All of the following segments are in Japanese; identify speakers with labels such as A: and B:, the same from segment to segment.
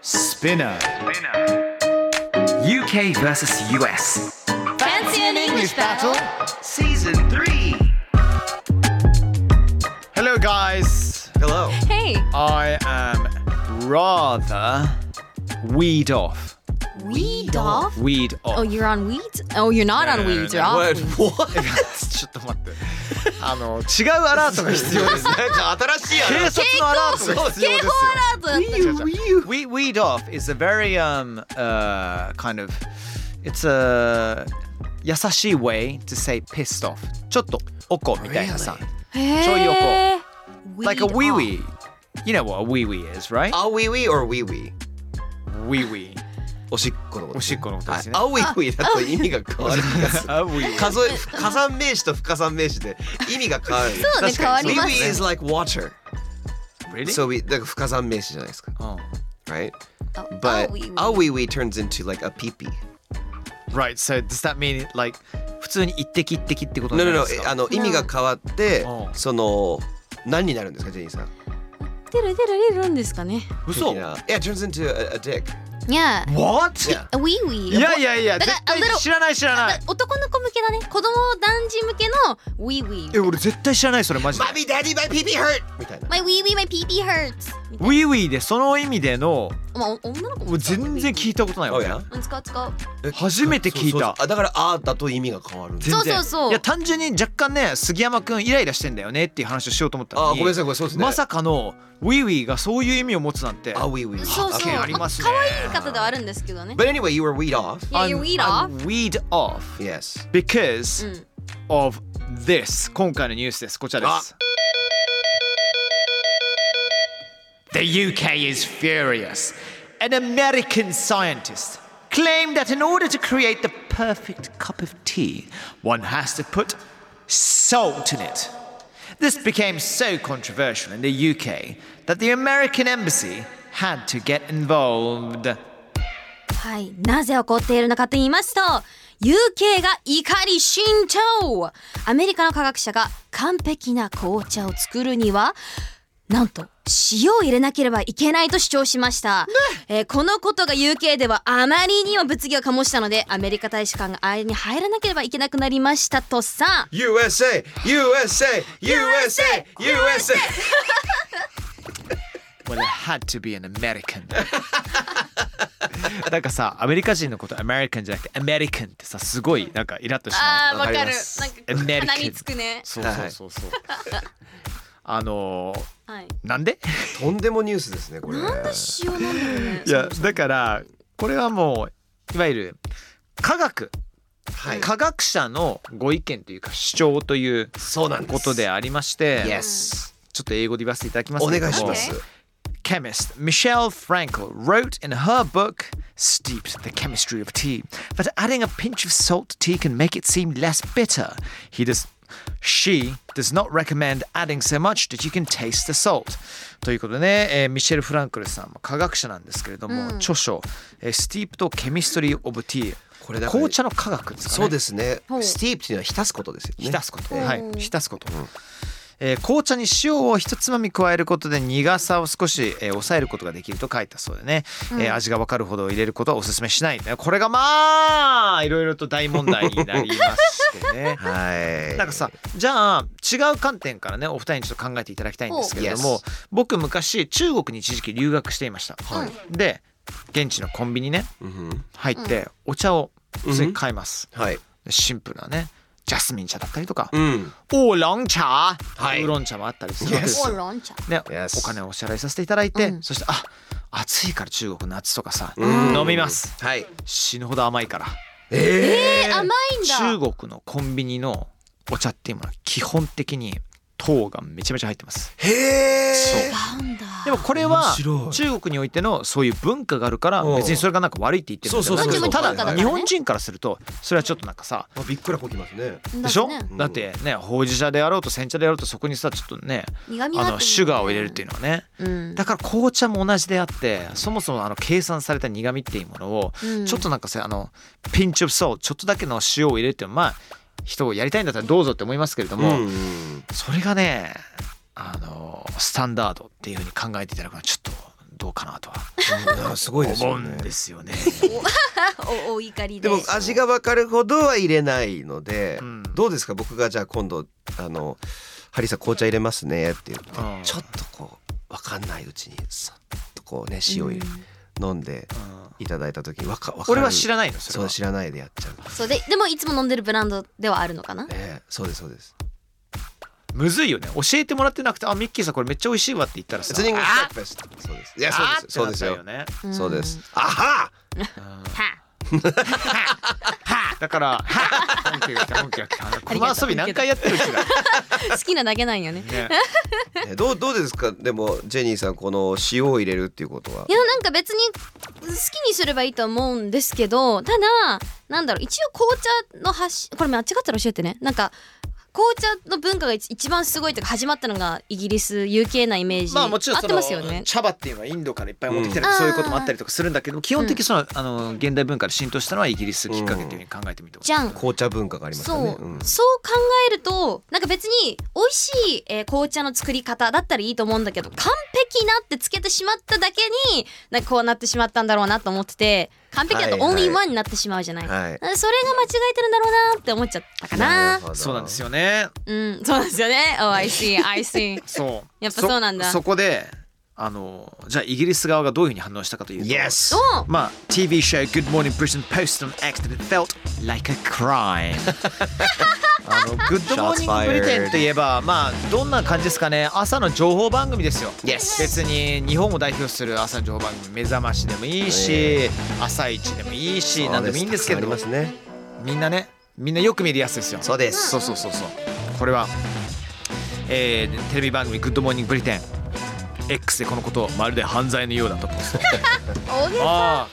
A: Spinner.
B: UK versus US.
C: Fancy an English battle
B: Season 3.
A: Hello, guys.
B: Hello.
C: Hey
A: I am rather weed off.
D: Weed off?
A: Weed off.
D: Oh, you're on weeds? Oh, you're not on weeds. You're off weeds.
B: What?
A: ちょっと待って。 あの違うアラートが必要です。
B: なんか新しいや
A: 警
B: ろ。
A: 察のアラートが必要ですよ。We weed off is a very um uh kind of it's a 優しい way to say pissed off. ちょっとおこみたいなさ。ちょいおこ。like a wee wee. You know what a wee wee is, right?
B: A wee wee or wee wee?
A: Wee wee.
B: おしっこのこと。
A: おしっこのことですね
B: あ A wee wee だと意味が変わる気がする。
A: あ wee wee.
B: 数え加算名詞と不加算名詞で意味が変わる。
D: そうね
B: 確かに
D: 変わります
B: Wee wee is like water.
A: Really?
B: So we だから不加算名詞じゃないですか。
A: Oh.
B: Right?
D: Oh,
B: But
D: oh, wee wee.
B: a wee wee turns into like a pee pee.
A: Right, so does that mean like 普通に一滴一滴ってこと
B: No,
A: なん
B: no,
A: で
B: no.
A: すか
B: あの意味が変わって
A: う、ん
B: その何になるんですか、ジェニーさん。
D: 出る出る出るんですかね。
A: 嘘
B: 的な Yeah, it turns into a, a dick.
D: Yeah,
A: What?
B: Yeah.
D: a wee wee.
A: いやいやいや、
D: だから
A: 絶対
D: a little-
A: 知らない知らない。
D: 男の子向けだね。子供男児向けの wee wee.
A: え、俺絶対知らないそれマジで。
B: Mommy, daddy, my pee pee hurt! みたいな。
D: My wee wee, my pee pee hurts. みたい
A: Wee Wee でその意味での、
D: なまあお女の子
A: もう全然聞い
D: た。
A: たことないわけ。
B: Oh
D: うん使う使う。
A: 初めて聞い
B: そうそう
A: た。
B: あだからあーだと意味が変わるんです
A: 全然
D: そうそうそう
A: いや単純に若干ね杉山くんイライラしてんだよねっていう話をしようと思ったのに
B: あーごめんなさいごめんなさいそうですね
A: まさかのウィウィがそういう意味を持つなんて
B: あ we we
D: そうそう。
A: 発見ありますね
D: 可愛い方ではあるんですけどね。
B: But anyway you were weed off
D: Yeah, you're weed off.
A: I'm weed off
B: Yes
A: because
D: うん
A: of this 今回のニュースですこちらです The UK is furious. An American scientist claimed that in order to create the perfect cup of tea, one has to put salt in it. This became so controversial in the UK that the American embassy had to get involved.
D: はい、なぜ怒っているのかと言いますと UK が怒り浸透アメリカの科学者が完璧な紅茶を作るにはなんと塩を入れなければいけないと主張しました、えーこのことが UK ではあまりにも物議を醸したのでアメリカ大使館が間に入らなければいけなくなりましたとさ
B: USA USA USA USA
A: Well, it had to be an American. なんかさ、アメリカ人のこと、アメリカンじゃなくて、アメリカンってさ、すごいなんかイラッとしない。
D: あーわかる
B: わかります
D: なんか
A: American
D: 鼻につくね
A: そうそうそうそう。あの
D: はい
A: ー、なんで
B: とんでもニュースですねこれ
D: なんで塩なんだろうね
A: いや、だから、これはもう、いわゆる科学、
B: はい
A: 科学者のご意見というか主張という
B: そうなんです
A: ことでありまして、
B: Yes
A: ちょっと英語で言わせていただきます
B: お
A: けれど
B: 願
A: も
B: いします
A: chemist Michelle Frankel wrote in her book, Steeped the Chemistry of Tea, that adding a pinch of salt to tea can make it seem less bitter. He does, she does not recommend adding so much that you can taste the salt. ということでね、えーミシェル・フランクルさんも科学者なんですけれども、著書、えー、Steeped Chemistry of Tea
B: これだから
A: 紅茶の科学ですかね。
B: そうですね
D: ほう
B: スティープっていうのは浸すことですよね
A: 浸すこと、
B: ええ
A: はい浸すこと、えー紅茶に塩を一つまみ加えることで苦さを少し、えー抑えることができると書いたそうでね、えー味が分かるほど入れることはおすすめしないこれがまあいろいろと大問題になりましてね
B: はい
A: なんかさじゃあ違う観点からねお二人にちょっと考えていただきたいんですけれども、
B: お Yes
A: 僕昔中国に一時期留学していました、で現地のコンビニね
B: うん
A: 入ってお茶を普通に買います、
B: はい
A: シンプルなねジャスミン茶だったりとか、
B: うん
A: オーロン茶、
B: はい
A: ウーロン茶もあったりするわけです
D: オ
A: よ。
D: ロン茶
A: ね
B: Yes
A: お金をお支払いさせていただいて、
D: うん
A: そしてあ暑いから中国夏とかさ、
B: ん
A: 飲みます
B: はい
A: 死ぬほど甘いから
B: え
D: えー、甘いんだ
A: 中国のコンビニのお茶っていうものは基本的に糖がめちゃめちゃ入ってます
B: へえ
A: そう
D: なんだ
A: でもこれは
B: 面白い
A: 中国においてのそういう文化があるから
B: うん
A: 別にそれがなんか悪いって言ってるんだけど
B: そうそうそうそう
A: た
B: 文化だか
A: だ
B: ら
A: 日
B: ね
A: 本人からするとそれはちょっとなんかさ
B: まあ、びっくらこきますね
A: でしょ
D: なんかね
A: だってねほうじ茶であろうと煎茶であろうとそこにさちょっとね
D: 苦味があ
A: あ
D: って
A: のシュガーを入れるっていうのはね
D: うん
A: だから紅茶も同じであってそもそもあの計算された苦味っていうものを
D: うん
A: ちょっとなんかさあのピンチオブソーちょっとだけの塩を入れるっていうのはまあ人をやりたいんだったらどうぞって思いますけれども、
B: ん
A: それがねあのスタンダードっていうふうに考えていただくのはちょっとどうかなとは
B: うんすごいです
A: 思
B: よ
A: う
B: ね
A: んです よね。
D: おお怒りで
B: でも味がわかるほどは入れないので、
A: うん
B: どうですか僕がじゃあ今度あのハリーさん紅茶入れますねって言って、
A: うん
B: ちょっとこうわかんないうちにさっとこうね塩入れ、飲んで
A: うん
B: いただいた時にわかわかる
A: 俺は知らないのそれ
B: そう
A: は
B: 知らないでやっちゃう
D: そうででもいつも飲んでるブランドではあるのかな
B: ねそうですそうです
A: むずいよね教えてもらってなくて「あミッキーさんこれめっちゃ美味しいわ」って言ったらさ
B: 別に
A: あ
B: ステップステップそうですいやそうですそう
A: あーってな
B: ですよ
A: っちゃうよね
B: そうで
D: ん
B: すあは
A: うん
D: は
A: だから はっ本家が来た本家が来たこの遊び何回やってるうちが
D: あ 好きなだけなんよ ね
A: ね
B: ねどうどうですかでもジェニーさんこの塩を入れるっていうことはい
D: やなんか別に好きにすればいいと思うんですけどただなんだろう一応紅茶の発しこれ間違ったら教えてねなんか紅茶の文化が一一番すごいというか始まったのがイギリス UK なイメージ、
A: まあもちろん
D: 合
A: そ
D: って
A: の
D: ますよね
A: 茶葉っていうのはインドからいっぱい持ってきたりとか
D: うん
A: そういうこともあったりとかするんだけど基本的にそのあの現代文化で浸透したのはイギリスきっかけっていうふうに考えてみてほしい
D: じゃん
B: 紅茶文化がありますよ
D: そ
B: ね
D: う、
B: ん
D: そう考えるとなんか別に美味しい、えー紅茶の作り方だったらいいと思うんだけど完璧なってつけてしまっただけになんかこうなってしまったんだろうなと思ってて完璧だと
B: はいは
D: オン
B: い
D: リーワンになってしまうじゃない、
B: は
D: それ
B: い
D: が間違えてるんだろうなって思っちゃったかな
A: そうなんです
B: よ
A: よね
D: うんそうなんですよね Oh I see I see
A: そう
D: やっぱそうなんだ
A: そそこであのじゃあイギリス側がどういうふうに反応したかというと
B: Yes
D: お
A: まあ TV show Good Morning Britain posted on X that it felt like a crime あの Good
B: Shots
A: Morning
B: fired
A: Britain といえばまあどんな感じですかね朝の情報番組ですよ
B: Yes
A: 別に日本を代表する朝の情報番組目覚ましでもいいし、朝一でもいいし何でもいいんですけ
B: あり
A: ど
B: ますね
A: みんなねみんなよく見るやつですよ
B: そうです
A: そうそうそうそうこれは、えーテレビ番組「グッドモーニングブリテン」X でこのことをまるで犯罪のようだとポスト
D: 大げ
A: ああ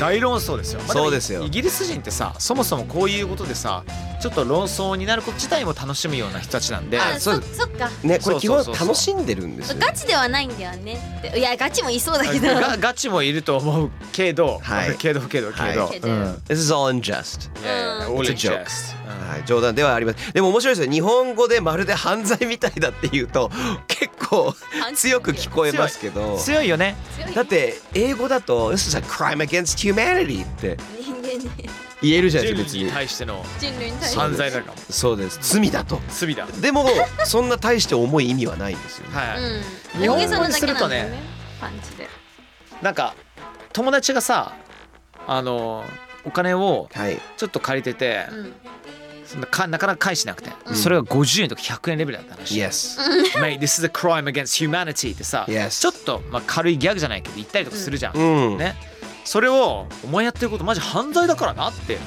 A: 大論争ですよ、まあも
B: そうですよ
A: イギリス人ってさそもそもこういうことでさちょっと論争になること自体も楽しむような人たちなんで
D: あ
B: そ
D: そうそっか
B: ねこ
A: そう
B: れ基
A: そう
B: 本
A: そうそう
B: 楽しんでるんですよ
D: ガチではないんだよねっていやガチもいそうだけど
A: ガガチもいると思うけど、
B: はい
A: けどけどけど、
B: はい
D: けど
B: This is all unjust
A: いやいや
D: うん
A: all
B: It's a
A: in
B: joke
A: jest うん
B: はい、冗談ではあります。でも面白いですよ。日本語でまるで犯罪みたいだって言うと結構
D: 犯罪
B: 強く聞こえますけど、
A: 強いよね
B: だって英語だと This is a crime against humanity って
D: 人間に
B: 言えるじゃない
A: 人
B: ですか別
A: 類に
B: に。
A: 対しての
D: 人類に対して
A: 犯罪だから
B: そうです。罪だと。
A: 罪だ
B: でもそんな大して重い意味はないんですよね。
A: はい、
D: うん
A: 日本語
D: 大げさなだけなんだよ
A: にするとね
D: パンチで
A: なんか友達がさあのお金を
B: はい。
A: ちょっと借りてて、
D: うん
A: そんなかなかなか返してなくて、
D: うん
A: それが50円とか100円レベルだったらしい。
B: Yes。
A: Mate, this is a crime against humanity ってさ、
B: Yes
A: ちょっと、まあ、軽いギャグじゃないけど言ったりとかするじゃん。
B: うん。
A: ね、それをお前やってることマジ犯罪だからなって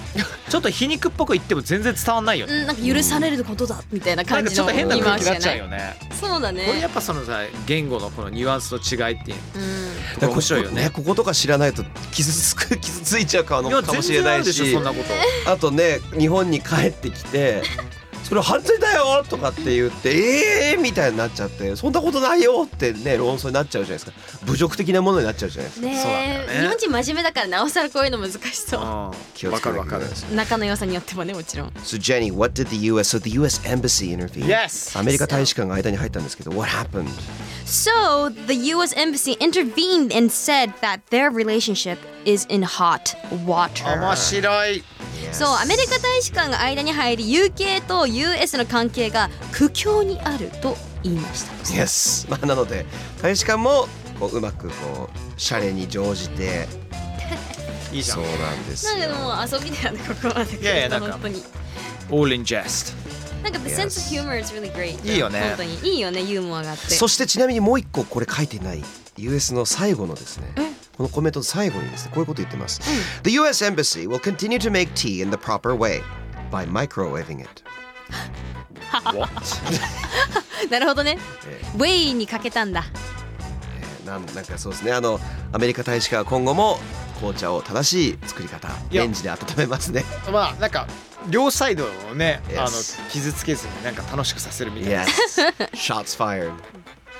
A: ちょっと皮肉っぽく言っても全然伝わんないよね。
D: うんなんか許されることだみたいな
A: な
D: 感
A: んか
D: じ
A: ちょ
D: の
A: っと変な
D: 言い
A: 空
D: 回
A: 気
D: し
A: に
D: じゃ
A: なっち
D: な
A: ゃう
D: い
A: よね。
D: そうだね
A: これやっぱそのさ言語のこのニュアンスの違いっていう
D: うん
A: のが面白いよね。
B: こことか知らないと傷つく傷ついちゃうかの
A: いや
B: かも
A: 全
B: しれ
A: 然
B: な
A: ある
B: い
A: でしょ
B: し
A: そんなこと。
B: あとね日本に帰ってき て「それ犯罪だよ!」とかって言って「ええー!」みたいになっちゃって「そんなことないよ!」ってね論争になっちゃうじゃないですか侮辱的なものになっちゃうじゃないですか
D: ね
A: そうなんだよ
D: え
A: ね
D: 日本人真面目だからなおさらこういうの難しそう
B: 気
A: う
B: を
A: んわ
B: つけ
A: か
B: なき
A: る
B: ゃ
A: わ
B: いけ
A: か
B: ない
A: る
B: で。す
D: 仲の良さによってもねもちろん
B: So Jenny, what did the US so the US embassy intervene?
A: Yes.
B: アメリカ大使館が間に入ったんですけど What happened?
D: So the US embassy intervened and said that their relationship is in hot water
A: 面白い。
D: そうアメリカ大使館が間に入り UK と US の関係が苦境にあると言いました
B: Yes まあなので大使館もこううまくこうシャレに乗じて
A: いいじゃん
B: そう。なんですよ
D: なんかでもう遊びだよねここまで来ると
A: いやいやなんか
D: 本当に
A: All in jest。
D: なんか the
B: Yes.
D: sense of humor is really great
A: いいよね
D: 本当にいいよねユーモアがあって
B: そしてちなみにもう一個これ書いてない US の最後のですねこのコメントの最後にですねこういうこと言ってます、The US Embassy will continue to make tea in the proper way by microwaving it What?
D: なるほどね
B: え
D: ウェイにかけたんだ
B: ーなんなんかそうですねあのアメリカ大使館は今後も紅茶を正しい作り方
A: いや
B: レンジで温めますね
A: まあなんか両サイドをね、
B: Yes.
A: あの傷つけずになんか楽しくさせるみたいな、
B: Yes Shots fired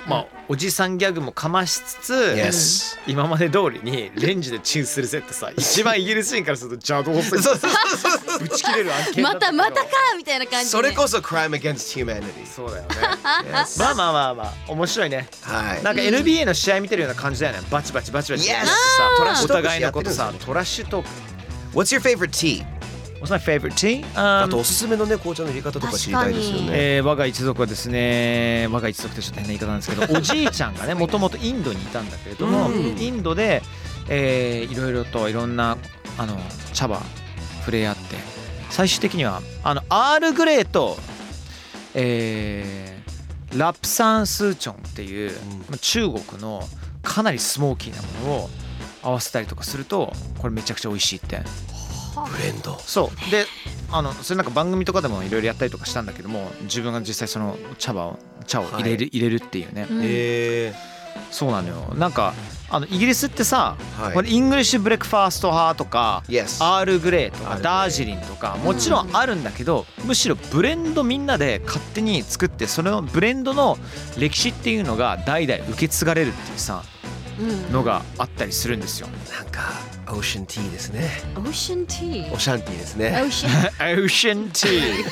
A: まあおじさんギャグもかましつつ、
B: Yes
A: 今まで通りにレンジでチンするぜってさ一番イギリス人からすると邪道すぎ
B: そう
A: て
B: そうそうそう
A: ぶち切れる案件だ
D: ま
A: った
D: た
A: けど
D: またかみたいな感じで
B: それこそ crime against humanity
A: そうだよね
B: Yes
A: まあまあまあまあ面白いね
B: はい
A: なんか NBA の試合見てるような感じだよねバチバチバチバチ
B: Yes
A: さ
B: トラッシ
A: お
B: ュトーク
A: 互いのこと
B: や
A: さ
B: ってるんですよね
A: トラッシュトーク
B: What's your favorite tea?
A: What's my favorite tea?
B: あとおすすめのね紅茶の入れ方とか知りたいです
D: 確
B: よ
D: かに
B: ね
A: えー我が一族はですね我が一族ってちょっと変な言い方なんですけ どおじいちゃんがねもともとインドにいたんだけれども、
B: うん
A: インドで、えーいろいろといろんなあの茶葉触れ合って最終的にはあのアールグレーと、えーラプサンスーチョンっていう、
B: う
A: 中国のかなりスモーキーなものを合わせたりとかするとこれめちゃくちゃ美味しいって
B: ブレンド
A: そうであのそれなんか番組とかでもいろいろやったりとかしたんだけども自分が実際その茶葉を茶を入れる、
B: はい
A: 入れるっていうね、
D: うん
B: え
A: そうなのよなんかあのイギリスってさ、
B: ーはい
A: これイングリッシュブレックファースト派とか
B: Yes
A: アールグレーと
B: アール
A: か
B: グレー
A: ダージリンとかもちろんあるんだけど、むしろブレンドみんなで勝手に作ってそのブレンドの歴史っていうのが代々受け継がれるっていうさ
D: うん
A: のがあったりするんですよ。
B: なんかオーシャンティーですね
D: オーシャンティ
B: オ
D: ー
B: シャンティーです
D: オ
B: ね
D: ーシャン
A: オーシャンティ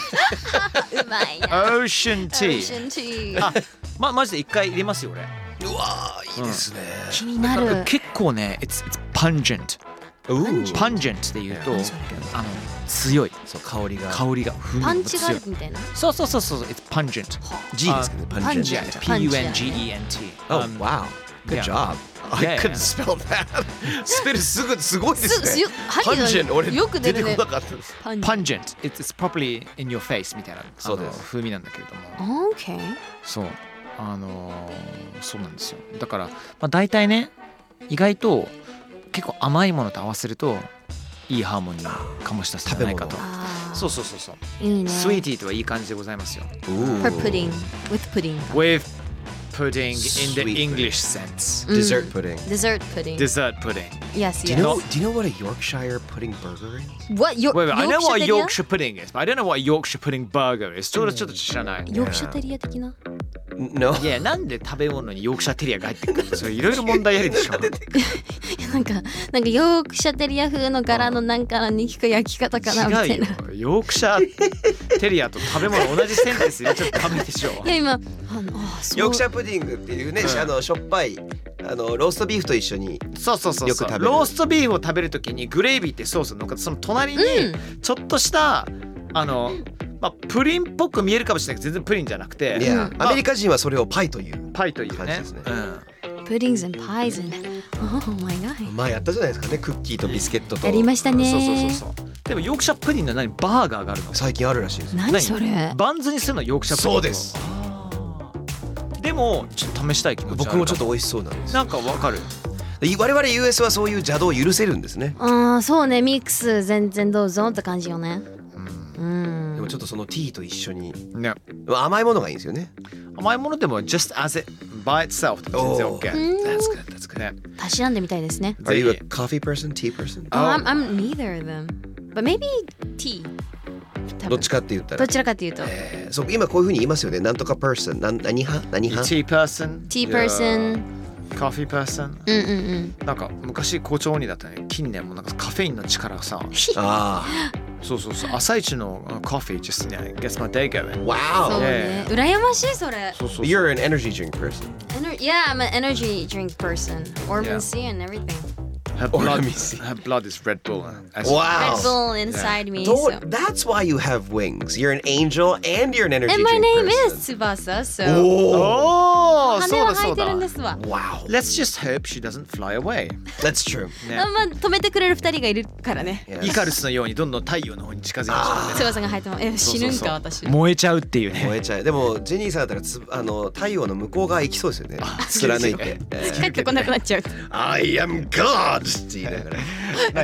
A: ー
D: うまいな
A: オーシャン
D: オ
A: ティ
D: ーシ
A: ー
D: ャンティー
A: あまマジで一回入れますよ俺。
B: うわーいいですね
D: 気になる
A: 結構ね、it's, it's pungent。
B: パン
A: pungent っていうと
B: 何、
A: あの強い
B: そう香りが
A: 香りが風味
D: パ
A: が
D: ンチがあ
A: 強
D: る
A: い。
D: みたいな
A: そうそうそうそう、it's pungent。
B: G ですけどねパンジェン
D: pungent
A: P U N G E N T。
B: Oh
A: Um,
B: wow good
A: yeah.
B: job I
A: Yeah,
B: couldn't
A: yeah.
B: spell that スペルすぐすごいですす
D: すよ
B: ね
D: 入
B: パ
D: って
B: ン
D: た
B: ジェン俺
D: よく出
B: 出
D: る
B: て
D: ね
B: こなかったです
D: パンチ
A: pungent。It's it's probably in your face みたいなあ
B: そう
A: の
B: です
A: 風味なんだけれども。
D: オーケー
A: そう。あのーそうなんですよ。だから、まあ大体ね、意外と結構甘いものと合わせるといいハーモニーかもしれ
B: 食べ
A: ない
B: 物
A: かと。
D: あー
A: そうそうそうそう。
D: いいね
A: スイーティーとはいい感じでございますよ。
D: for pudding with pudding
A: with pudding in the
B: Sweet pudding.
A: English sense.
D: うん
B: dessert pudding
D: dessert pudding
A: Dessert pudding.
D: yes
B: Do you know
D: yes
B: do you know what a Yorkshire pudding burger is
D: what your
A: Wait, wait, I know what a
D: ヨークシ
A: Yorkshire pudding is, but I don't know what a Yorkshire pudding burger is. ちょっとちょっと知らない。
D: ョヨークショテリア的な
B: No
A: いや、なんで食べ物にヨークシャテリアが入ってくるのそれいろいろ問題あるでしょ。
D: いやなんかなんかヨークシャテリア風の柄のなんか肉か焼き方かなみた
A: 違
D: いうな
A: よ。ヨークシャテリアと食べ物同じセンテンスでちょっとダメでしょ。
D: いや今あのあそう
B: ヨークシャープディングっていうね、
A: うん
B: あのしょっぱいあのローストビーフと一緒に
A: そうそうそう
B: よく
A: そう
B: 食べる
A: ローストビーフを食べるときにグレービーってソースのっかってその隣にちょっとした、あの、まあ、プリンっぽく見えるかもしれないけど全然プリンじゃなくて、
B: いや、
A: まあ
B: アメリカ人はそれをパイという
A: パイという
B: 感じ
A: ね
B: ですね。
A: うん
D: プディング and pies and oh my god
B: まあやったじゃないですかねクッキーとビスケットと
D: やりました
A: そうそうそう
D: ね
A: そう。でもヨークシャープディングの何バーガーがあるの。
B: 最近あるらしいです
D: 何それ
A: バンズにするのはヨークシャープディング。
B: そうです
A: あー。でもちょっと試したい気持ちはあ
B: 僕
A: る
B: もちょっと美味しそうなんですよ
A: なんかわかる。
B: で我々 US はそういう邪道を許せるんですね
D: ああそうねミックス全然どうぞって感じよねう
B: でも
D: ん
B: ちょっとそのティーと一緒に
A: ね。
B: まあ甘いものがいいんですよね
A: 甘いものでも just as it by itself でも全然 OK。
D: うん
B: That's good, that's good
A: ね。
D: たしなんでみたいですね
B: Are
A: ぜ
B: you a
A: ひ。
B: coffee person, tea person?
D: Oh, I'm, I'm neither of them. But maybe tea. 多分
B: どっちかって言った
D: ど
B: ら、
D: ちらかというと。
B: えーそう今こういうふうに言いますよねなんとか person なん何派何派
A: Tea person。
D: tea person。
A: Coffee person。
D: うんうんうん。
A: なんか昔校長鬼だったね近年もなんかカフェインの力がさ
B: あ
A: そうそうそう朝一のあコーヒー just ね gets my day going
B: あ
D: そう
B: Wow
D: ね。
A: Yeah.
D: 羨ましいそれ。
A: そうそうそう
B: You're an energy drink person
D: Ener- yeah, I'm an energy drink person. Orman C and everything.
A: Her
B: Or
A: blood,
B: let me see.
A: her blood is Red Bull. As
B: Wow.
D: Red Bull inside me.
B: Don't-
D: So.
B: That's why you have wings. You're an angel and you're an energy
D: And my
B: drink
D: name
B: person.
D: is Tsubasa, so.
B: Oh.
A: おお、
D: 羽
A: そう
D: は
A: だ
D: 生
A: そ
D: え
A: う
D: てるんで
A: だ。
D: すわ。
B: Wow.
A: Let's just hope she doesn't fly away.
B: That's true.
A: ね
D: あんま止めてくれる二人がいるからね。
B: Yes.
A: イカルスのようにどんどん太陽の方に近づいてしまってね
D: 翼が生えても、え、死ぬんか私。
A: 燃えちゃうっていうね。
B: 燃えちゃう。でもジェニーさんだったらつあの太陽の向こう側行きそうですよね。貫いて。 えー
D: 帰ってこなくなっちゃう。
B: I am God って言いな がら。
A: ない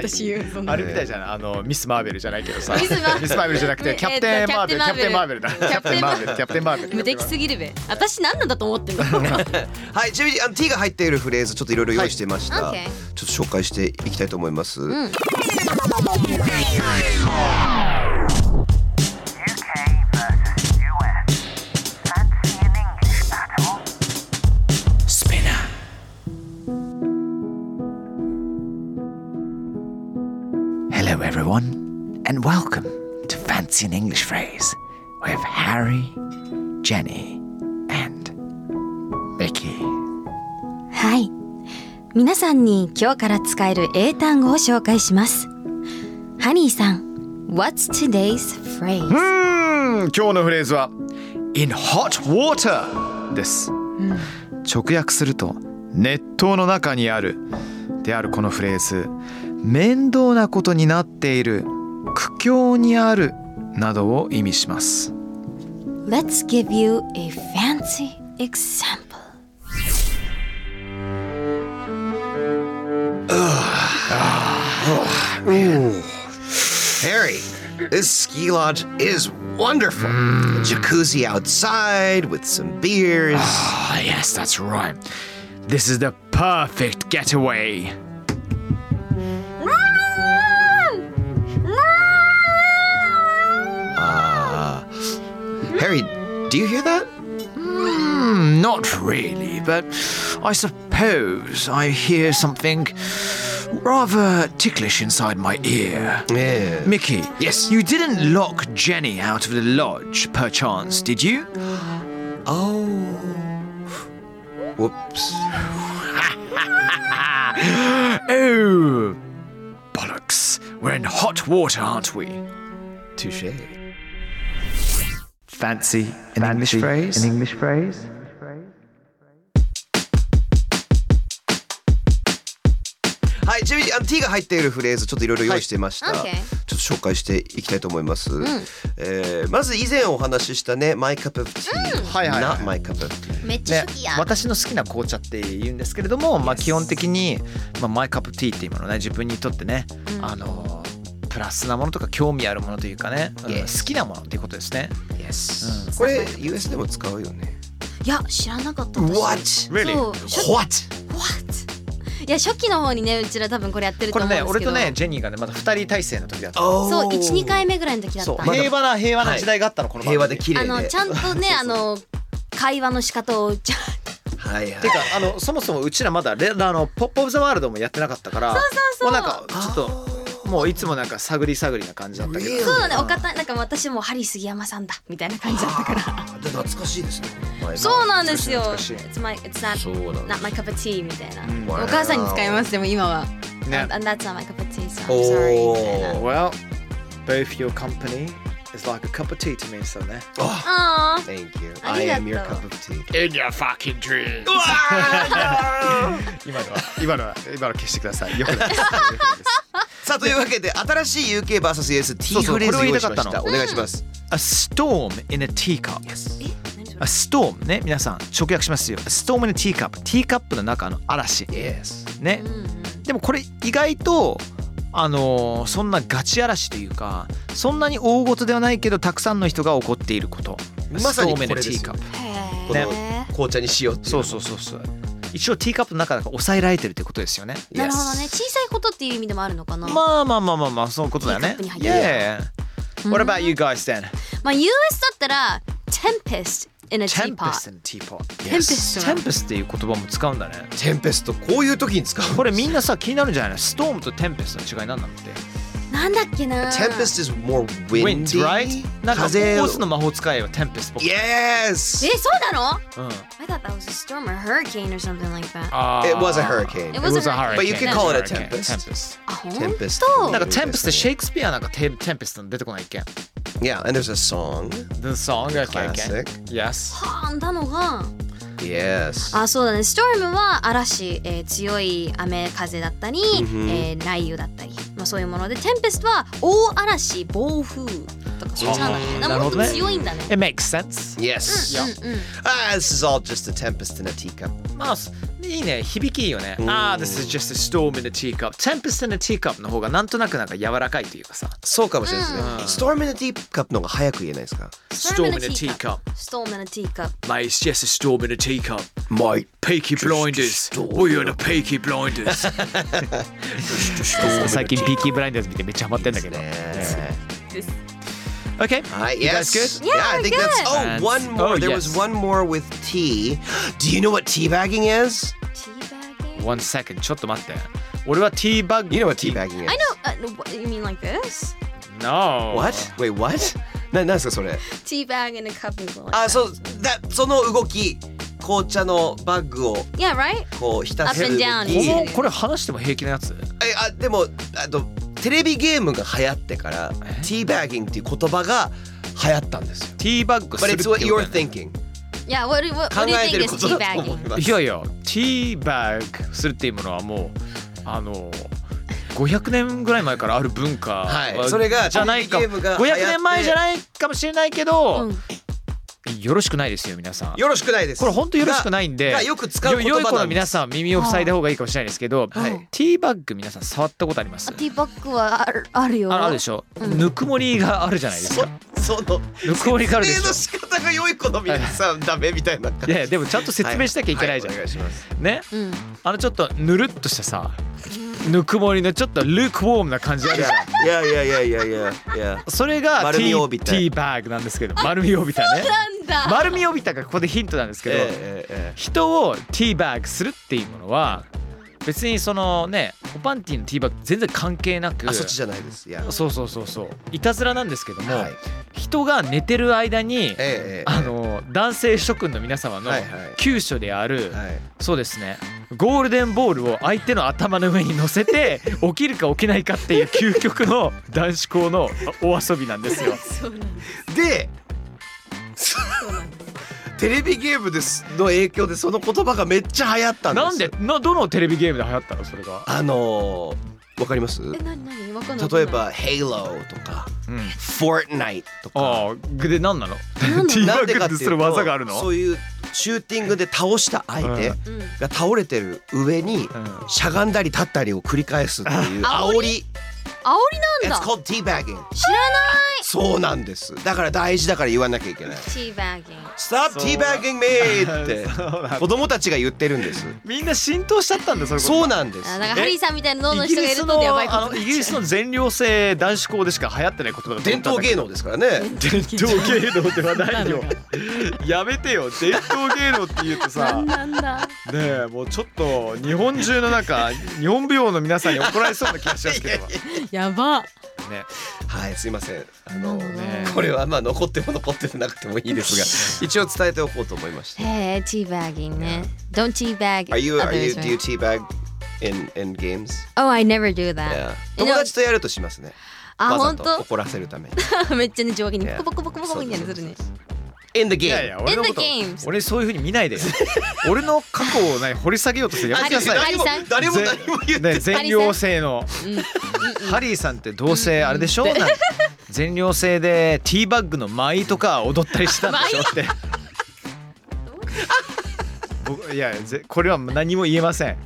D: 私言うそんな
A: あれみたいじゃないあのミス・マーベルじゃないけどさ
D: ミスマーベル
A: マーベルじゃなくてキャプテン・マーベ
D: え
A: ルキ
D: っ
A: ャ
D: とキャ
A: プ
D: プテン
A: テン・
D: マーベ
A: マーベ
D: ルだ
A: ルだ
D: キャプテンマーベル
A: キャプテン・マーベル
D: 無敵すぎるべ。私何なんだと思ってん の。
B: はい、ちなみにあの T が入っているフレーズちょっといろいろ用意してました、
D: はい OK
B: ちょっと紹介していきたいと思います、
E: UK versus US. Fancy an English battle?
A: スピナーHello everyone and welcome to Fancy an English Phrase with Harry, Jenny and Mickey
D: はい皆さんに今日から使える英単語を紹介しますハニーさん What's today's phrase?
A: うん今日のフレーズは In hot water です、直訳すると熱湯の中にあるであるこのフレーズ面倒なことになっている苦境にあるなどを意味します
D: Let's give you a fancy example
B: Harry, this ski lodge is wonderful. A jacuzzi outside with some beers.
A: Ah yes that's right This is the perfect getaway
B: あ Harry, do you hear that?
A: Hmm, Not really, but I suppose I hear something rather ticklish inside my ear.
B: え
A: Mickey,
B: Yes.
A: you didn't lock Jenny out of the lodge, perchance, did you?
B: Oh. Whoops.
A: Oh, bollocks! We're in hot water, aren't we?
B: Touche.
A: Fancy an English phrase?
B: English. はい、ちなみにあの T が入っているフレーズちょっといろいろ用意してました、
D: はい OK
B: ちょっと紹介していきたいと思います、えーまず以前お話ししたね My cup of tea、
A: はいはいはい
B: Not my cup of tea
D: めっ
A: ね、私の好きな紅茶って言うんですけれども、まあ、基本的に、まあ、マイカップティーっていうものね自分にとってね、あのプラスなものとか興味あるものというかね、うん
B: Yes.
A: 好きなものっていうことですね。
B: Yes、これ US でも使うよね
D: いや知らなかった私
B: What?
D: そう
B: What?
D: What? いや初期の方にねうちら多分これやってると
A: こ
D: 思
A: れ
D: うんで
A: ね
D: すけど
A: 俺とねジェニーがねまだ2人体制の時だった。
B: Oh
D: そう12回目ぐらいの時だった
A: そう
D: あ
B: まだ
A: 平和な平和な時代があったの、この番組
B: 平和で綺麗で
D: のちゃんとね あの会話の仕方をちゃん
B: はいはい
A: てかあのそもそもうちらまだレあのポップオブザワールドもやってなかったから、
D: そうそう
A: もうなんかちょっともういつもなんか探り探りな感じだったけど。
B: Really？
D: そうだねお方なんか私もうハリー杉山さんだみたいな感じだったから
B: あで懐かしいですね
D: そうなんですよ。
A: 懐かしい
D: It's my it's not
B: そうなんだ
D: not my cup of tea みたいな。
B: Wow
D: お母さんに使いますでも今は。
A: ね
D: And that's not my cup of tea, so
B: お
D: I'm sorry. みたいな。
B: ー
A: Well, both your company is like a cup of tea to me, so ね。
D: あ
B: Thank you
D: あ
B: I
D: りがと
B: am
D: う
B: your cup of tea
A: 今のは、今のは、今の消してください。よくないです。
B: さあというわけで新しい UKVSUS
A: そ
B: T
A: うそう
B: フレーズ
A: これを言
B: 用意
A: い
B: しま
A: たかったの
B: したお願いします、
A: A storm in a teacup.
D: ー。え何そ
A: A storm ね、皆さん直訳しますよ。A storm in a teacup. ティーカップの中の嵐。
B: Yes
A: ね
D: れ。うんうん
A: でもこれ意外と、あのーそんなガチ嵐というか、そんなに大事ではないけど、たくさんの人が怒っていること。
B: まさに
A: Storm in a
B: これです
A: teacup
B: よこ
D: へ
B: の
D: え。
B: 紅茶にしようっていう
A: そうそうそうそう。一応ティーカップの中だから抑えられてるってことですよね。
B: う
D: なるほどね。小さいことっていう意味でもあるのかな。ま
A: まあまあまあまあまあそういうことだよね
D: ティーカップ。に入
A: Yeah. What about you guys then?
D: あ US だったら tempest in a
A: Tempest
D: teapot。
A: and teapot.
D: Yes. Tempest.
A: Tempest っていう言葉も使うんだね。
B: テンペストこういう時に使う
A: これみんなさ気になるんじゃないの？ストームとテンペストの違いなんだって。
D: なんだっけな。
B: Tempest is more
A: Wind,
B: windy
A: right? なんかオ
B: 風を
A: ースの魔法使いはテンペスト。
D: え
B: Yes
D: そうなの
A: うん。
D: ？I thought that was a storm or hurricane or something like that。
A: あー
B: It was a hurricane
D: It
A: It was a hurricane.
D: But
B: you can call it a
A: Hurricane.
B: tempest.
A: Tempest.
D: あ本
B: Tempest
D: 当。
A: なんかテンペストシェイクスピアなんかテンペスト出てこないっけ
B: Yeah and there's a song
A: The song, okay, okay.
B: Classic
A: Yes.
D: パーンだのが
A: Yes.
D: あそうだねストームは嵐、えー強い雨風だったり、
B: うんうん
D: えー雷雨だったり、まあ、そういうものでテンペストは大嵐暴風とかそっちなんだね
A: あ
D: な
A: ー
D: ん
A: な
D: か
A: る
D: も
A: ほ
D: っ
A: ど
D: と
A: ね
D: 強いんだね
A: It makes sense.
B: Yes.
D: うんうん
B: Ah, this is all just a tempest in a teacup.
A: まあ、すいいね、響きいいよね。ああ、This is just a storm in a teacup. Tempest in a teacup の方がなんとなくなんか柔らかいというかさ。
B: そうかもしれないですね
A: うん。
B: Storm in a teacup の方が早く言えないですか
A: Storm in a teacup.
D: Storm in a teacup
A: Mate, it's just a storm in a teacup.
B: ?My
A: Peaky blinders. We're on a peaky blinders. 最近 Peaky blinders 見てめっちゃハマってんだけど。Okay.
B: Alright,
A: You guys
B: Ah, yes.
A: good?
B: Yeah, I think that's. Oh,
A: That's-
B: one more.
A: oh,
B: there
A: yes.
B: was one more with tea. Do you know what teabagging is?
D: Teabagging
A: One second. ちょっと待って。俺はティーバッグ。
B: You know what teabagging is?
D: I know uh, what, you mean like this
A: No.
B: What? Wait, what? な、なんすかそれ。
D: Teabag in a cup and go like
B: あ、
D: that.
B: そう、だ、その動き。紅茶のバッグを
D: Yeah right
B: こう浸せる動き。
D: Up and down
A: この
D: いい
A: これ話しても平気なやつ
B: えあでもあとテレビゲームが流行ってからテ
A: え
B: ィーバーギングっていう言葉が流行ったんですよ。
A: ティーバッグす
B: But
A: る
B: it's
A: ってこ
B: what
A: と
B: you're
A: だよね
B: thinking.
D: Yeah what, do- what,
B: 考
D: what do you
B: えて
D: think
B: る
D: is
B: ことだと思い
D: teabagging
B: ま
A: い
B: す。
A: やいや、ティーバッグするっていうものはもう、あの、500年ぐらい前からある文化は、
B: はいそれが
A: じゃないか
B: テレビゲームが流行って
A: 500年前じゃないかもしれないけど、
D: うん
A: よろしくないですよ皆さん
B: よろしくないです。
A: これ本当よろしくないんで
B: ががよく使う言
A: よ良い
B: 葉
A: 子
B: な
A: の
B: んで
A: 皆
B: す。
A: さん耳を塞いだ方がいいかもしれないですけど、
B: はい
A: ティーバッグ皆さん触ったことあります
D: あティーバッグはあるあるよ
A: ああるでしょ、ぬくもりがあるじゃないですか
B: そその
A: ぬくもりがあるで
B: 例の
A: し
B: 仕方が良い子の皆さんダメみたいな感
A: ょい
B: じ。
A: やいやでもちゃんと説明しなきゃいけないじゃん、
B: ははお願いします。
A: ね
D: うん
A: あのちょっとぬるっとしたさぬくもりのちょっとルークウォームな感じあるじゃん
B: いやいやいやいやいやいや。
A: それが
B: 丸
A: T
B: みを帯びた
A: T バーグなんですけど丸みを帯びた ね
D: なんだ
A: 丸みを帯びたがここでヒントなんですけど、
B: ええええ
A: 人を T バーグするっていうものは別にそのねおパンティの T バーグ全然関係なく
B: あそっちじゃないです。いや。
A: そうそうそうそういたずらなんですけども、
B: はい
A: 人が寝てる間に、
B: ええええ
A: あの男性諸君の皆様の
B: はいはい
A: 急所である、
B: はい。
A: そうですねゴールデンボールを相手の頭の上に乗せて 起きるか起きないかっていう究極の男子校のお遊びなんですよ。
B: でテレビゲームですの影響でその言葉がめっちゃ流行ったんです
A: なんでなどのテレビゲームで流行ったのそれが、
B: あのーわかります
D: え
B: 例
D: なになにわかんないわかんない
B: えば「Halo」とか
A: うん、
B: 「Fortnite」とか
A: ああで何なの
D: なん だ
A: ?T バ
B: なんで
A: ッ
B: かっ
A: クで
B: てい
A: す
B: うと
A: る技があるの
B: そういうシューティングで倒した相手
D: うん
B: が倒れてる上に
A: ん
B: しゃがんだり立ったりを繰り返すっていう煽り
D: 煽りな
B: It's
D: んだ
B: called teabagging
D: 知らない
B: そうなんですだから大事だから言わなきゃいけない
D: ティーバーギン
A: そ
B: Stop
A: う
B: teabagging me っ
A: そうなんだ
B: て子供たちが言ってるんです
A: みんな浸透しちゃったんだそれ
B: そう
A: な
B: なんです
D: あなんかハリーさんみたいな脳の
A: イギ
D: 人
A: リ
D: がい
A: ス
D: る
A: の
D: とやばいこ
A: あ
D: と
A: のイギリスの全寮制男子校でしか流行ってない言葉だと思
B: 伝
A: ったん
B: 統
A: だけ
B: 芸
A: ど
B: 能ですからね。
A: 伝統芸能ではないよやめてよ伝統芸能って言うとさね
D: なんだ
A: えもうちょっと日本中のなんか日本舞踊の皆さんに怒られそうな気がしますけどね
D: やば
B: はい、すいません。あの、
A: ね
B: これはまあ残っても残ってなくてもいいです が、一応伝えておこうと思いました。
D: へえティーバーギンね Don't teabag
B: Are you are you
D: others,
B: do you
D: right?
B: teabag in in games?
D: Oh I never do that
B: Yeah. 友達とやるとしますね。
D: あ
B: わ
D: 本
B: ざと
D: 当
B: 怒らせるた めに。
D: めっちゃね上下に
B: Yeah.
D: ボコボコボコボコみたいにするね
B: そうそうそう In the
A: いやい
B: game.
A: や俺のこと
D: In the games
A: 俺そういうふうに見ないでよ俺の過去をね掘り下げようとしてやめてください
D: ハリーさん
B: 誰も何も言ってない
A: ね、全寮制のハリーさんってどうせあれでしょなんか全寮制でティーバッグの舞とか踊ったりしたんでしょって僕いやぜこれは何も言えません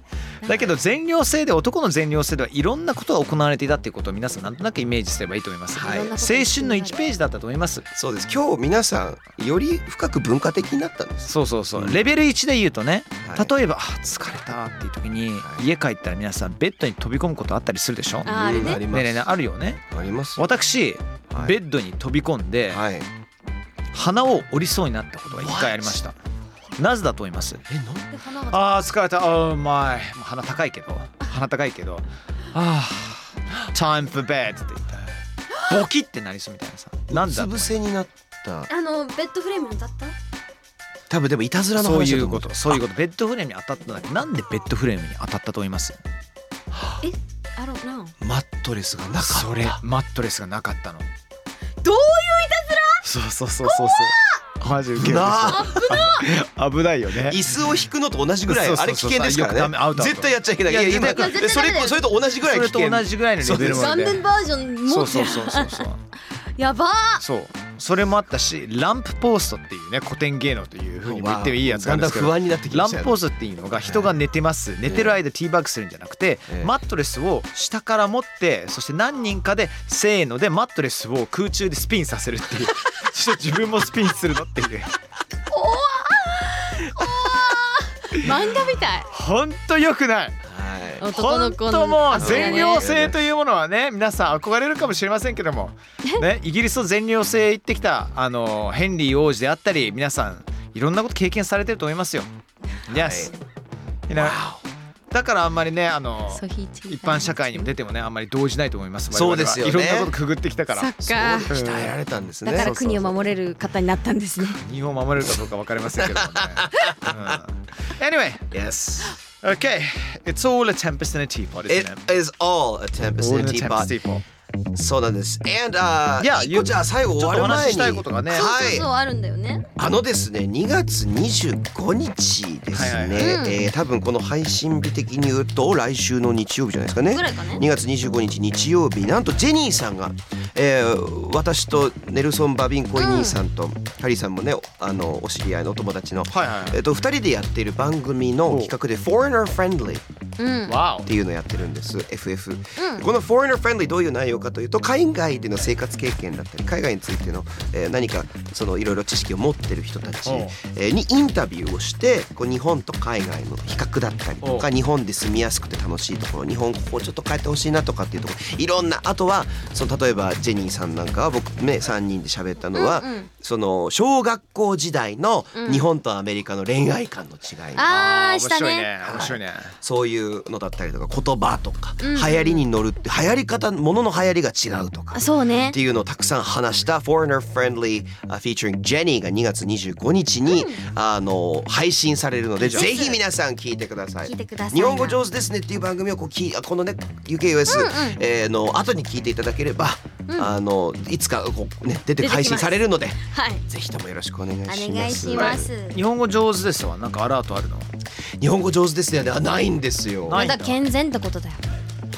A: だけど全寮制で男の全寮制ではいろんなことが行われていたっていうことを皆さんなんとなくイメージすればいいと思います、
B: はい
A: 青春の1ページだったと思います
B: そうです。今日皆さんより深く文化的になったんです。
A: そうそうそう、
B: うん
A: レベル1で言うとね、
B: はい
A: 例えばあ「疲れた」っていう時に、
B: はい
A: 家帰ったら皆さんベッドに飛び込むことあったりするでしょね
D: ああれ
B: うんあ
D: ね
B: り
A: え
B: ます。
A: ねえねえあるよね
B: あります。
A: 私、
B: はい
A: ベッドに飛び込んで、
B: はい。え、
A: 鼻を折りそうになったことが一回ありましたなぜだと思います
B: なんで
A: あー疲れたあーうまいもう鼻高いけど鼻高いけどあー time for bed って言ったらボキってなりそうみたいなさなん
B: う
A: だ
B: つ伏せになった。
D: あのベッドフレームに当たった
B: 多分でもいたずらの
A: そう
B: 話
A: い
B: だと
A: う
B: 思う
A: こ。とそういうことベッドフレームに当たったんだけどなんでベッドフレームに当たったと思います
D: I don't know
B: マットレスがなかった。
A: それマットレスがなかったの
D: どういう
A: そうそうそうそうそうマジウケるでし
B: な あ
A: ょ危ないよね
B: 椅子を引くのと同じぐらい
A: そう
B: あ
A: そ
B: れ
A: う
B: 危
A: そう
B: 険ですか
A: よ
B: ら
A: くダメアウ
B: ね
A: トアウト
B: 絶対やっちゃいけないいやいや
A: いや
D: 絶対
B: そ
D: ダ
B: れ
D: メだよ
B: それと同じぐらい
A: そ
B: 危
A: れ
B: 険
A: と同じぐらいのレベル
D: ラ
A: ま
D: ーメ
A: で
D: ンバージョン
A: そ
D: 持
A: う
D: って
A: そう
D: る
A: そうそうそう
D: やばー
A: そうそれもあったしランプポストっていうね古典芸能というふうに言ってもいいやつなんですけど
B: だんだん不安になってきま
A: ラ
B: した
A: ン
B: よ
A: ポーズっていうのが人が寝てます、寝てる間ティーバッグするんじゃなくて、
B: ええ
A: マットレスを下から持ってそして何人かでせーのでマットレスを空中でスピンさせるっていう そして自分もスピンするのっていう
D: 漫画みたい
A: ほんとよくない
B: は
D: 男の子
A: ほんともう
D: 憧れ
A: 全
D: ね
A: 寮制というものはね皆さん憧れるかもしれませんけども、ね、イギリスの全寮制行ってきたあのヘンリー王子であったり皆さんいろんなこと経験されてると思いますよ。Yes. You know だからあんまりねあの
D: ソフィーティー
A: 一般社会にも出てもねあんまり動じないと思います我々
B: そ
A: は
B: うですよね
A: いろんなことくぐってきたから
D: そっか
B: い鍛えられたんですね
D: だから国を守れる方になったんですね
A: 日本を守れるかどうか分かりませんけどもね、うん Anyway
B: Yes
A: Okay It's all a tempest in a teapot
B: It
A: isn't it?
B: is all a tempest
A: All
B: in
A: in
B: a
A: a tempest
B: teapot
A: teapot
B: そうなんです。And、uh,
A: いや
B: 一個じゃあ最後終わる前
A: ちょっとお話し
B: に
A: したいことがね
B: は
D: そうそう
B: い。
D: あるんだよね
B: あのですね、2月25日ですね。
A: はいはい
B: えー多分この配信日的に言うと来週の日曜日じゃないですかね。
D: ぐらいかね
B: 2月25日日曜日、なんとジェニーさんが、えー私とネルソン・バビンコイ兄さんと、ハリーさんもね、おあのお知り合いのお友達の、
A: はいはいはい
B: えっと2人でやっている番組の企画で Foreigner Friendly。
D: うん
A: わ
B: っていうのをやってるんです FF、この Foreigner Friendly どういう内容かというと海外での生活経験だったり海外についての、えー何かそのいろいろ知識を持ってる人たち、
A: おう
B: えーにインタビューをしてこう日本と海外の比較だったりとか
A: お
B: 日本で住みやすくて楽しいところ日本ここちょっと変えてほしいなとかっていうところいろんなあとはその例えばジェニーさんなんかは僕ね3人で喋ったのは、
D: うんうん
B: その小学校時代の日本とアメリカの恋愛観の違い、
D: あー
A: 面
D: した
A: 白い
D: ね
A: ね面白いね
B: そういうのだったりとか言葉とか、
D: うんうん
B: 流行りに乗るって流行り方ものの流行りが違うとか
D: あそうね
B: っていうのをたくさん話した「Foreigner Friendly uh, Featuring Jenny」が2月25日に、あの配信されるので
D: ぜ
B: ぜ
D: ひ
B: ひ皆さん聞いてください。
D: 聞いてくださいな
B: 日本語上手ですねっていう番組をこうきこのね UKUS、えーの後に聞いていただければ、あのいつかこう、ね、出
D: 出て
B: て
D: きます
B: 配信されるので
D: はい
B: ぜひともよろしくお願いします。
D: お願いします
A: 日本語上手ですわなんかアラートあるの
B: 日本語上手ですねはないんですよ。
A: な
D: ま
A: いんだ
D: だ健全ってことだよ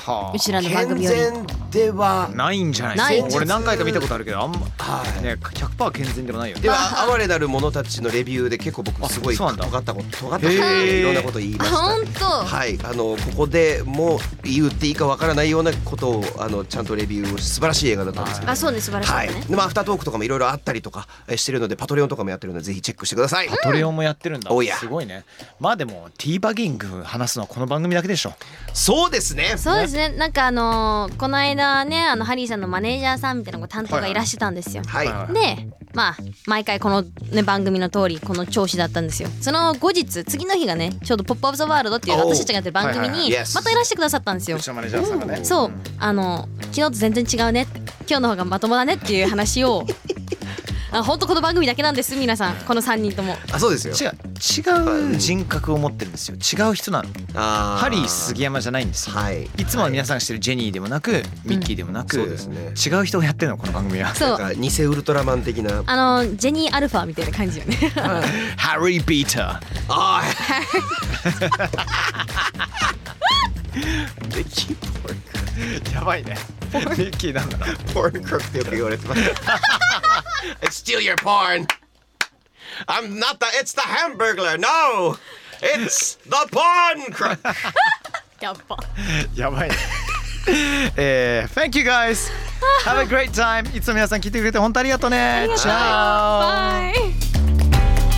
A: は
D: うちらの番
B: 健
D: 組より
B: 全で
A: あ
B: は
A: ないんじゃない
D: ない
A: 俺何回か見たことあるけどあんま
B: はい
A: ね100%健全でもないよね
B: では哀れなる者たちのレビューで結構僕すごい
A: あそうなんだ
B: 尖ったこと尖ったこと
A: へー
B: いろんなこと言いまし
D: ほ
B: た
D: んと
B: はいあのここでもう言っていいかわからないようなことをあのちゃんとレビューを素晴らしい映画だったんですけど
D: あそうね素晴らしか
B: は
D: っ
B: い
D: たね
B: でまあアフタートークとかもいろいろあったりとかえしてるのでパトレオンとかもやってるのでぜひチェックしてください
A: トレオンもやってるんだ
B: おや
A: すごいねまあでもティーバギング話すのはこの番組だけでしょ
B: そうですね
D: そうですねなんかあのーこの間ねあのハリーさんのマネージャーさんみたいな子担当がいらしてたんですよ
B: はい
A: はいはい
D: でまあ毎回この、ね、番組の通りこの調子だったんですよその後日次の日がねちょうど「ポップアップザワールドっていう
B: おう
D: 私たちがやってる番組
A: はいはい
D: に
B: はい Yes
D: またいらしてくださったんですよ
A: うちのマネージャーさんがね
D: そうあの昨日と全然違うねって今日の方がまともだねっていう話 をあ本当この番組だけなんです皆さんこの3人とも
B: あそうですよ
A: 違う違う人格を持ってるんですよ違う人なの
B: あ
A: ハリー杉山じゃないんですよ
B: はい
A: いつもは皆さんが知ってるジェニーでもなくミッキーでもなく
B: そうですね
A: 違う人をやってるのこの番組は
D: そ
B: なん
D: う
B: か偽ウルトラマン的な
D: あのジェニーアルファみたいな感じよね
A: ハリー・ビータ
B: ああ
A: ーミッキー・ポー クやばいねミッキーなんだな
B: porn crook ってよ く言われてます。It's still your porn. I'm not the. It's the hamburglar. No. It's the porn crook.
D: やっぱ
A: やばいね。えー、Thank you guys! Have a great time! いつも皆さん聞いてくれて本当ありがとうねチャオ
D: バイ